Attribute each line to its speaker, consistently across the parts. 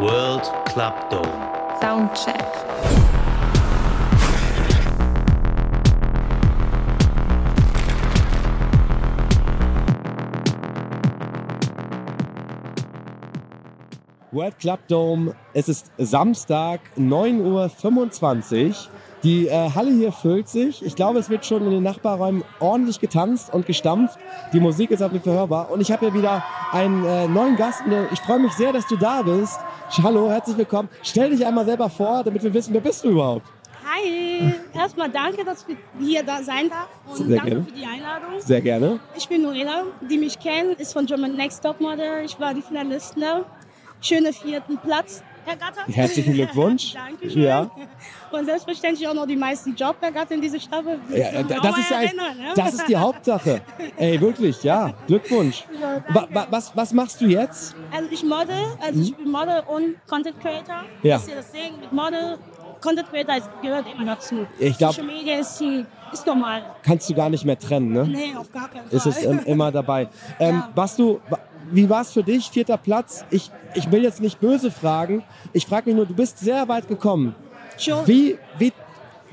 Speaker 1: World Club Dome.
Speaker 2: Soundcheck.
Speaker 3: World Club Dome. Es ist Samstag, 9.25 Uhr. Die äh, Halle hier füllt sich. Ich glaube, es wird schon in den Nachbarräumen ordentlich getanzt und gestampft. Die Musik ist auf jeden Fall hörbar. Und ich habe hier wieder einen äh, neuen Gast. Und, äh, Ich freue mich sehr, dass du da bist. Sch- Hallo, herzlich willkommen. Stell dich einmal selber vor, damit wir wissen, wer bist du überhaupt?
Speaker 4: Hi! Erstmal danke, dass ich hier da sein darf und
Speaker 3: Sehr
Speaker 4: danke
Speaker 3: gerne.
Speaker 4: für die Einladung.
Speaker 3: Sehr gerne.
Speaker 4: Ich bin Noela, die mich kennen, ist von German Next Top Model. Ich war die Finalistin. Schöner vierten Platz, Herr Gatter.
Speaker 3: Herzlichen Glückwunsch.
Speaker 4: Dankeschön.
Speaker 3: Ja.
Speaker 4: Und selbstverständlich auch noch die meisten Job, Herr Gatter, in dieser Staffel.
Speaker 3: Ja, äh, da- das, ist ja, ein-
Speaker 4: Erinnern, ne?
Speaker 3: das ist die Hauptsache. Ey, wirklich, ja. Glückwunsch. Wa, wa, was, was machst du jetzt?
Speaker 4: Also ich model, also ich bin Model und Content Creator.
Speaker 3: Mhm. Ja.
Speaker 4: Das ist ja das Ding mit Model. Content Creator ist, gehört immer dazu.
Speaker 3: Ich glaub-
Speaker 4: Social Media ist, ein- ist normal.
Speaker 3: Kannst du gar nicht mehr trennen, ne?
Speaker 4: Nee, auf gar keinen Fall.
Speaker 3: ist es ähm, immer dabei. Ähm,
Speaker 4: Ja.
Speaker 3: Was du, wa- wie war es für dich, vierter Platz? Ich, ich will jetzt nicht böse fragen. Ich frage mich nur, du bist sehr weit gekommen.
Speaker 4: Schon.
Speaker 3: Wie, wie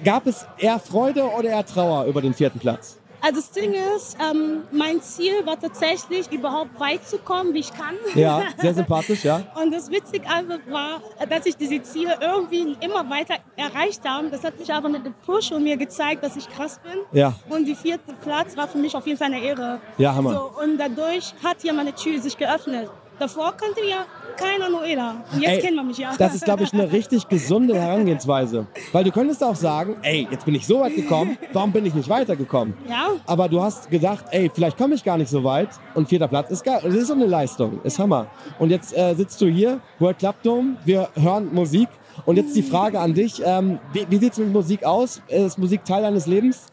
Speaker 3: gab es eher Freude oder eher Trauer über den vierten Platz?
Speaker 4: Also das Ding ist, ähm, mein Ziel war tatsächlich, überhaupt weit zu kommen, wie ich kann.
Speaker 3: Ja, sehr sympathisch, ja.
Speaker 4: Und das Witzige einfach war, dass ich diese Ziele irgendwie immer weiter erreicht habe. Das hat mich einfach mit dem Push und mir gezeigt, dass ich krass bin.
Speaker 3: Ja,
Speaker 4: Und die vierte Platz war für mich auf jeden Fall eine Ehre.
Speaker 3: Ja, Hammer.
Speaker 4: So, und dadurch hat ja meine Tür sich geöffnet. Davor kannte ja keiner Noela. Und jetzt
Speaker 3: Ey,
Speaker 4: kennt man mich ja.
Speaker 3: das ist, glaube ich, eine richtig gesunde Herangehensweise. Weil du könntest auch sagen, ey, jetzt bin ich so weit gekommen, warum bin ich nicht weitergekommen?
Speaker 4: Ja.
Speaker 3: Aber du hast gedacht, ey, vielleicht komme ich gar nicht so weit. Und vierter Platz ist geil. Das ist so eine Leistung. Ist Hammer. Und jetzt äh, sitzt du hier, World Club Dome. Wir hören Musik. Und jetzt die Frage an dich. Ähm, wie wie sieht es mit Musik aus? Ist Musik Teil deines Lebens?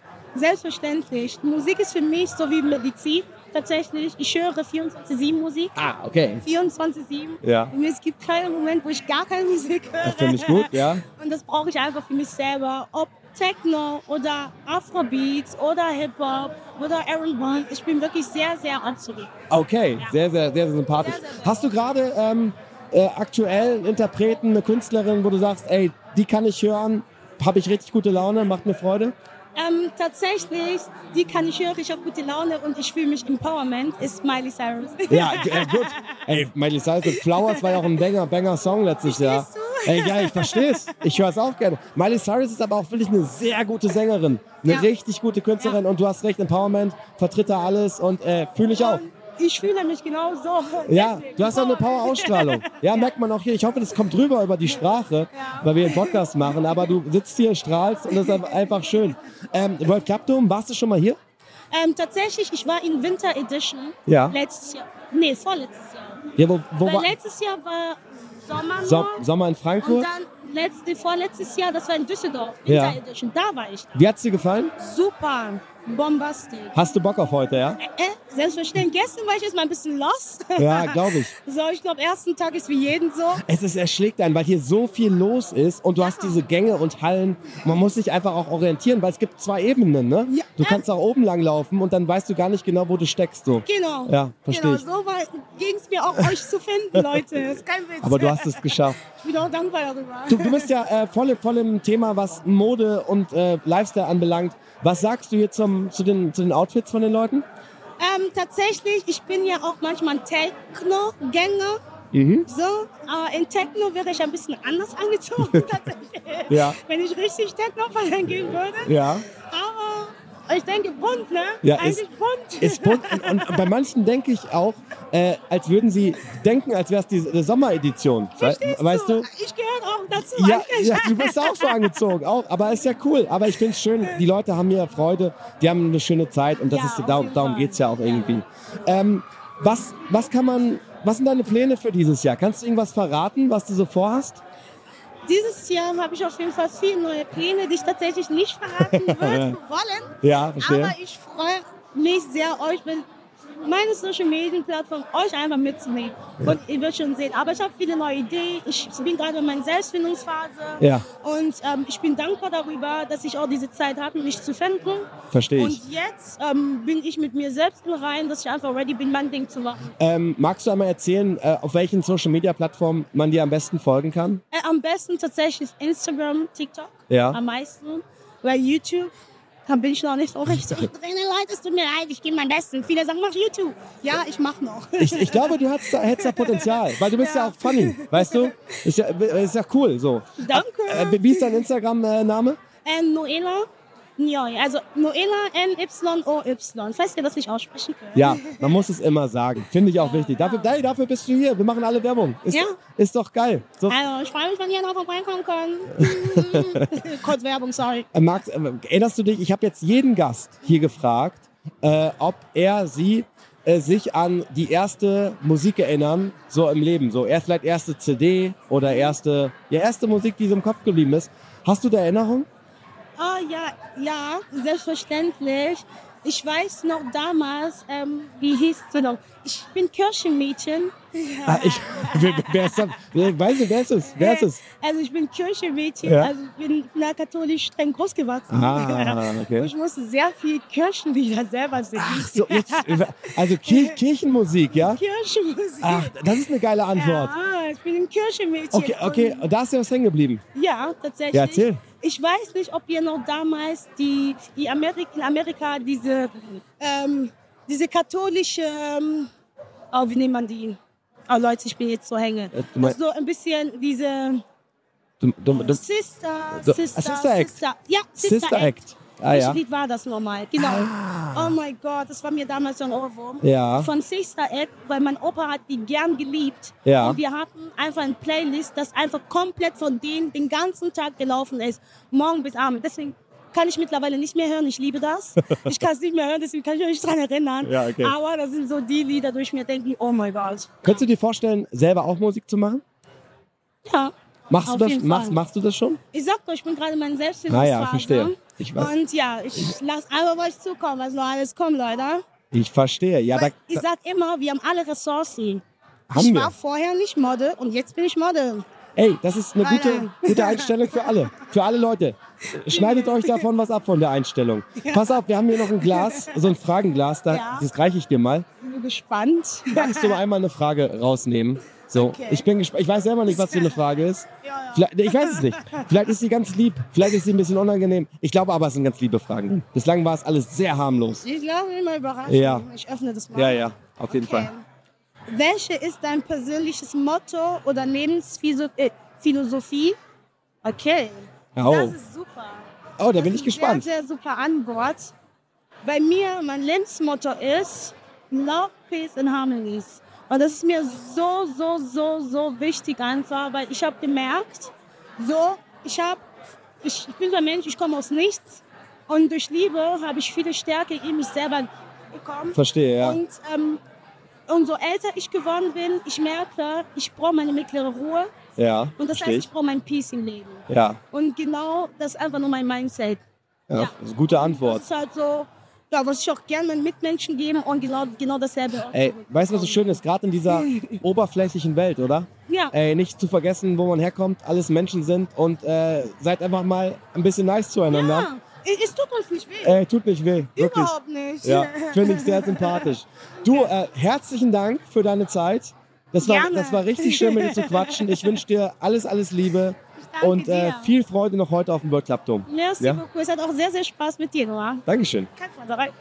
Speaker 4: Selbstverständlich. Musik ist für mich so wie Medizin. Tatsächlich, ich höre 24-7 Musik.
Speaker 3: Ah, okay.
Speaker 4: 24-7.
Speaker 3: Ja.
Speaker 4: Und Es gibt keinen Moment, wo ich gar keine Musik höre.
Speaker 3: Das finde ich gut, ja.
Speaker 4: Und das brauche ich einfach für mich selber. Ob Techno oder Afrobeats oder Hip-Hop oder R&B. Ich bin wirklich sehr, sehr anzugehen.
Speaker 3: Okay, sehr, sehr, sehr, sehr sympathisch.
Speaker 4: Sehr, sehr, sehr.
Speaker 3: Hast du gerade ähm, äh, aktuell einen Interpreten, eine Künstlerin, wo du sagst, ey, die kann ich hören, habe ich richtig gute Laune, macht mir Freude?
Speaker 4: Ähm, tatsächlich, die kann ich hören, ich habe gute Laune und ich fühle mich Empowerment, ist Miley Cyrus.
Speaker 3: Ja, g- äh, gut. Ey, Miley Cyrus mit Flowers war ja auch ein Banger, Banger Song letztes Jahr. Ey, ja, ich verstehe es. Ich höre es auch gerne. Miley Cyrus ist aber auch wirklich eine sehr gute Sängerin. Eine
Speaker 4: Ja.
Speaker 3: richtig gute Künstlerin und du hast recht, Empowerment, vertritt da alles und äh, fühle ich auch.
Speaker 4: Ich fühle mich genau so.
Speaker 3: Ja,
Speaker 4: Deswegen,
Speaker 3: du hast auch eine Power-Ausstrahlung. Ja, merkt man auch hier. Ich hoffe, das kommt rüber über die Sprache, weil wir einen Podcast machen. Aber du sitzt hier, strahlst und das ist einfach schön. Ähm, World Club Dome, warst du schon mal hier?
Speaker 4: Ähm, tatsächlich, ich war in Winter Edition
Speaker 3: Ja.
Speaker 4: letztes Jahr. Nee, vorletztes Jahr.
Speaker 3: Ja, wo, wo
Speaker 4: Weil
Speaker 3: war
Speaker 4: letztes Jahr war Sommer
Speaker 3: so
Speaker 4: noch.
Speaker 3: Sommer in
Speaker 4: und
Speaker 3: Frankfurt?
Speaker 4: dann letzte, vorletztes Jahr, das war in Düsseldorf, Winter
Speaker 3: Ja.
Speaker 4: Edition, da war ich.
Speaker 3: Wie hat's dir gefallen?
Speaker 4: Super, bombastisch.
Speaker 3: Hast du Bock auf heute, ja?
Speaker 4: Äh, äh, selbstverständlich, gestern war ich erstmal ein bisschen lost.
Speaker 3: Ja, glaube ich.
Speaker 4: So, ich glaube, ersten Tag ist wie jeden so.
Speaker 3: Es ist erschlägt einen, weil hier so viel los ist und du hast diese Gänge und Hallen. Man muss sich einfach auch orientieren, weil es gibt zwei Ebenen, ne?
Speaker 4: Ja.
Speaker 3: Du kannst auch oben lang laufen und dann weißt du gar nicht genau, wo du steckst. So.
Speaker 4: Genau.
Speaker 3: Ja, versteh
Speaker 4: Genau,
Speaker 3: ich.
Speaker 4: so ging es mir auch, euch zu finden, Leute. Das ist kein Witz.
Speaker 3: Aber du hast es geschafft.
Speaker 4: Ich bin auch dankbar darüber.
Speaker 3: Du, du bist ja äh, voll, voll im Thema, was Mode und äh, Lifestyle anbelangt. Was sagst du hier zum, zu, den, zu den Outfits von den Leuten?
Speaker 4: Ähm, tatsächlich, ich bin ja auch manchmal ein Techno-Gänger.
Speaker 3: Mhm.
Speaker 4: So, aber in Techno wäre ich ein bisschen anders angezogen, tatsächlich.
Speaker 3: Ja.
Speaker 4: Wenn ich richtig Techno feiern gehen würde.
Speaker 3: Ja.
Speaker 4: Aber Ich denke bunt, ne?
Speaker 3: Ja,
Speaker 4: Eigentlich
Speaker 3: ist-
Speaker 4: bunt.
Speaker 3: Ist bunt und, und bei manchen denke ich auch, äh, als würden sie denken, als wäre es die, die Sommeredition. We-
Speaker 4: Verstehst
Speaker 3: weißt du?
Speaker 4: Ich gehöre auch dazu.
Speaker 3: Ja,
Speaker 4: eigentlich.
Speaker 3: ja, du bist auch so angezogen, auch. Aber ist ja cool. Aber ich finde es schön, die Leute haben hier Freude, die haben eine schöne Zeit und das
Speaker 4: Ja,
Speaker 3: ist,
Speaker 4: auf
Speaker 3: darum,
Speaker 4: jeden
Speaker 3: darum
Speaker 4: Fall.
Speaker 3: geht es ja auch irgendwie. Ähm, was, was kann man, was sind deine Pläne für dieses Jahr? Kannst du irgendwas verraten, was du so vorhast?
Speaker 4: Dieses Jahr habe ich auf jeden Fall viele neue Pläne, die ich tatsächlich nicht verraten würde wollen.
Speaker 3: Ja, verstehe.
Speaker 4: Aber ich freue mich sehr, euch mit meine Social Media Plattform euch einfach mitzunehmen. Und ihr werdet schon sehen. Aber ich habe viele neue Ideen. Ich bin gerade in meiner Selbstfindungsphase.
Speaker 3: Ja.
Speaker 4: Und ähm, ich bin dankbar darüber, dass ich auch diese Zeit hatte, mich zu finden.
Speaker 3: Verstehe ich.
Speaker 4: Und jetzt ähm, bin ich mit mir selbst im Rein, dass ich einfach ready bin, mein Ding zu machen.
Speaker 3: Ähm, magst du einmal erzählen, äh, auf welchen Social Media Plattformen man dir am besten folgen kann?
Speaker 4: Äh, am besten tatsächlich Instagram, TikTok.
Speaker 3: Ja.
Speaker 4: Am meisten. Weil YouTube, da bin ich noch nicht so richtig drin. Leute, es tut mir leid, ich gebe mein Bestes. Viele sagen, mach YouTube. Ja, ich mach noch.
Speaker 3: Ich, ich glaube, du hast, da- hättest da Potenzial, weil du bist ja, auch funny, weißt du? Ist ja, ist ja cool so.
Speaker 4: Danke.
Speaker 3: Äh, wie ist dein Instagram-Name?
Speaker 4: Äh, Noela Njoy. Also Noela N-Y-O-Y. Falls ihr das nicht aussprechen könnt.
Speaker 3: Ja, man muss es immer sagen. Finde ich auch wichtig. Dafür, nein, dafür bist du hier. Wir machen alle Werbung. Ist,
Speaker 4: Ja.
Speaker 3: ist doch geil. So,
Speaker 4: Also, ich freue mich, wenn ihr noch vorbeikommen könnt. Kurz Werbung, sorry.
Speaker 3: äh, Max, äh, erinnerst du dich, ich habe jetzt jeden Gast hier gefragt, äh, ob er, sie äh, sich an die erste Musik erinnern, so im Leben. So erst vielleicht erste CD oder erste, ja, erste Musik, die so im Kopf geblieben ist. Hast du da Erinnerung?
Speaker 4: Oh ja, ja, selbstverständlich. Ich weiß noch damals, ähm, wie hieß du noch? Ich bin Kirchenmädchen.
Speaker 3: Ah, ich, wer, wer ist das? Wer- Weißt du, wer ist es? Wer ist es?
Speaker 4: Also ich bin Kirchenmädchen,
Speaker 3: Ja.
Speaker 4: also ich bin na, katholisch streng groß gewachsen.
Speaker 3: Ah, okay.
Speaker 4: Ich musste sehr viel Kirchenlieder selber singen.
Speaker 3: Ach so, jetzt, also Kir Kirchenmusik, ja?
Speaker 4: Kirchenmusik.
Speaker 3: Ach, das ist eine geile Antwort.
Speaker 4: Ja, ich bin ein Kirchenmädchen.
Speaker 3: Okay, okay,
Speaker 4: Und
Speaker 3: und da ist ja was hängen geblieben.
Speaker 4: Ja, tatsächlich.
Speaker 3: Ja, erzähl.
Speaker 4: Ich weiß nicht, ob ihr noch damals die, die Amerik in Amerika diese, ähm, diese katholische, ähm, oh, wie nennt man die? Oh Leute, ich bin jetzt so hänge.
Speaker 3: Äh, du mein-
Speaker 4: so ein bisschen diese
Speaker 3: Du, du, du,
Speaker 4: Sister,
Speaker 3: So,
Speaker 4: Sister,
Speaker 3: Sister Act.
Speaker 4: Ja, Sister,
Speaker 3: Sister
Speaker 4: Act.
Speaker 3: Act. Ah, ja. Ah.
Speaker 4: Welches Lied war das nochmal? Genau. Oh mein Gott, das war mir damals so ein Ohrwurm.
Speaker 3: Ja.
Speaker 4: Von Sister Act, weil mein Opa hat die gern geliebt.
Speaker 3: Ja.
Speaker 4: Und wir hatten einfach eine Playlist, das einfach komplett von denen den ganzen Tag gelaufen ist. Morgen bis Abend. Deswegen kann ich mittlerweile nicht mehr hören. Ich liebe das. Ich kann es nicht mehr hören, deswegen kann ich mich nicht dran erinnern.
Speaker 3: Ja, okay.
Speaker 4: Aber das sind so die Lieder, durch mir denken, oh mein Gott.
Speaker 3: Könntest du dir vorstellen, selber auch Musik zu machen?
Speaker 4: Ja.
Speaker 3: Machst, du
Speaker 4: Auf
Speaker 3: das,
Speaker 4: jeden
Speaker 3: machst,
Speaker 4: Fall.
Speaker 3: machst du das schon?
Speaker 4: Ich sag doch, ich bin gerade in meiner
Speaker 3: Ah
Speaker 4: Selbstfindungsphase.
Speaker 3: ja, verstehe. Ich weiß.
Speaker 4: Und ja, ich lasse einfach auf euch zukommen, was noch alles kommt, Leute.
Speaker 3: Ich verstehe. Ja, da,
Speaker 4: Ich sag immer, wir haben alle Ressourcen.
Speaker 3: haben
Speaker 4: ich war
Speaker 3: wir.
Speaker 4: vorher nicht Model und jetzt bin ich Model.
Speaker 3: Ey, das ist eine gute,
Speaker 4: Alter.
Speaker 3: gute Einstellung für alle. Für alle Leute. Schneidet euch davon was ab von der Einstellung. Pass auf, wir haben hier noch ein Glas, so ein Fragenglas. Da,
Speaker 4: Ja.
Speaker 3: Das reiche ich dir mal.
Speaker 4: Ich bin gespannt.
Speaker 3: Magst du mal einmal eine Frage rausnehmen? So,
Speaker 4: Okay.
Speaker 3: ich bin gespannt. Ich weiß selber nicht, was für eine Frage ist.
Speaker 4: Ja, ja.
Speaker 3: Vielleicht, ich weiß es nicht. Vielleicht ist sie ganz lieb, vielleicht ist sie ein bisschen unangenehm. Ich glaube aber, es sind ganz liebe Fragen. Bislang war es alles sehr harmlos.
Speaker 4: Ich lasse mich mal überraschen.
Speaker 3: Ja.
Speaker 4: Ich öffne das mal.
Speaker 3: Ja, ja, auf jeden
Speaker 4: Okay.
Speaker 3: Fall.
Speaker 4: Welche ist dein persönliches Motto oder Lebensphilosophie? Okay.
Speaker 3: Oh.
Speaker 4: Das ist super.
Speaker 3: Oh, da
Speaker 4: Das
Speaker 3: bin
Speaker 4: ist
Speaker 3: ich gespannt.
Speaker 4: Sehr, sehr super Antwort. Bei mir, mein Lebensmotto ist Love, Peace and Harmonies. Und das ist mir so, so, so, so wichtig einfach, weil ich habe gemerkt, so, ich habe, ich, ich bin so ein Mensch, ich komme aus nichts. Und durch Liebe habe ich viele Stärke in mich selber bekommen.
Speaker 3: Verstehe, ja.
Speaker 4: Und ähm, umso älter ich geworden bin, ich merke, ich brauche meine mittlere Ruhe.
Speaker 3: Ja,
Speaker 4: Und das
Speaker 3: verstehe
Speaker 4: heißt, ich brauche mein Peace im Leben.
Speaker 3: ich. Ja,
Speaker 4: Und genau das ist einfach nur mein Mindset.
Speaker 3: ja.
Speaker 4: Ja.
Speaker 3: Das ist eine gute Antwort.
Speaker 4: Das ist halt so, ja, was ich auch gerne meinen Mitmenschen gebe und genau, genau dasselbe. auch
Speaker 3: Ey,
Speaker 4: zurück.
Speaker 3: weißt du, was so schön ist? Gerade in dieser oberflächlichen Welt, oder?
Speaker 4: Ja.
Speaker 3: Ey, nicht zu vergessen, wo man herkommt, alles Menschen sind und äh, seid einfach mal ein bisschen nice zueinander.
Speaker 4: ja. Es es tut uns nicht weh.
Speaker 3: Ey, tut nicht weh, wirklich.
Speaker 4: Überhaupt nicht.
Speaker 3: Ja, finde ich sehr sympathisch. Du, äh, herzlichen Dank für deine Zeit. Das war,
Speaker 4: Gerne.
Speaker 3: das war richtig schön, mit dir zu quatschen. Ich wünsche dir alles, alles Liebe
Speaker 4: danke
Speaker 3: und äh,
Speaker 4: dir.
Speaker 3: viel Freude noch heute auf dem World Club Dome.
Speaker 4: Merci
Speaker 3: Ja?
Speaker 4: beaucoup. Es hat auch sehr, sehr Spaß mit dir gemacht.
Speaker 3: Dankeschön.
Speaker 4: Kannst du mal da rein.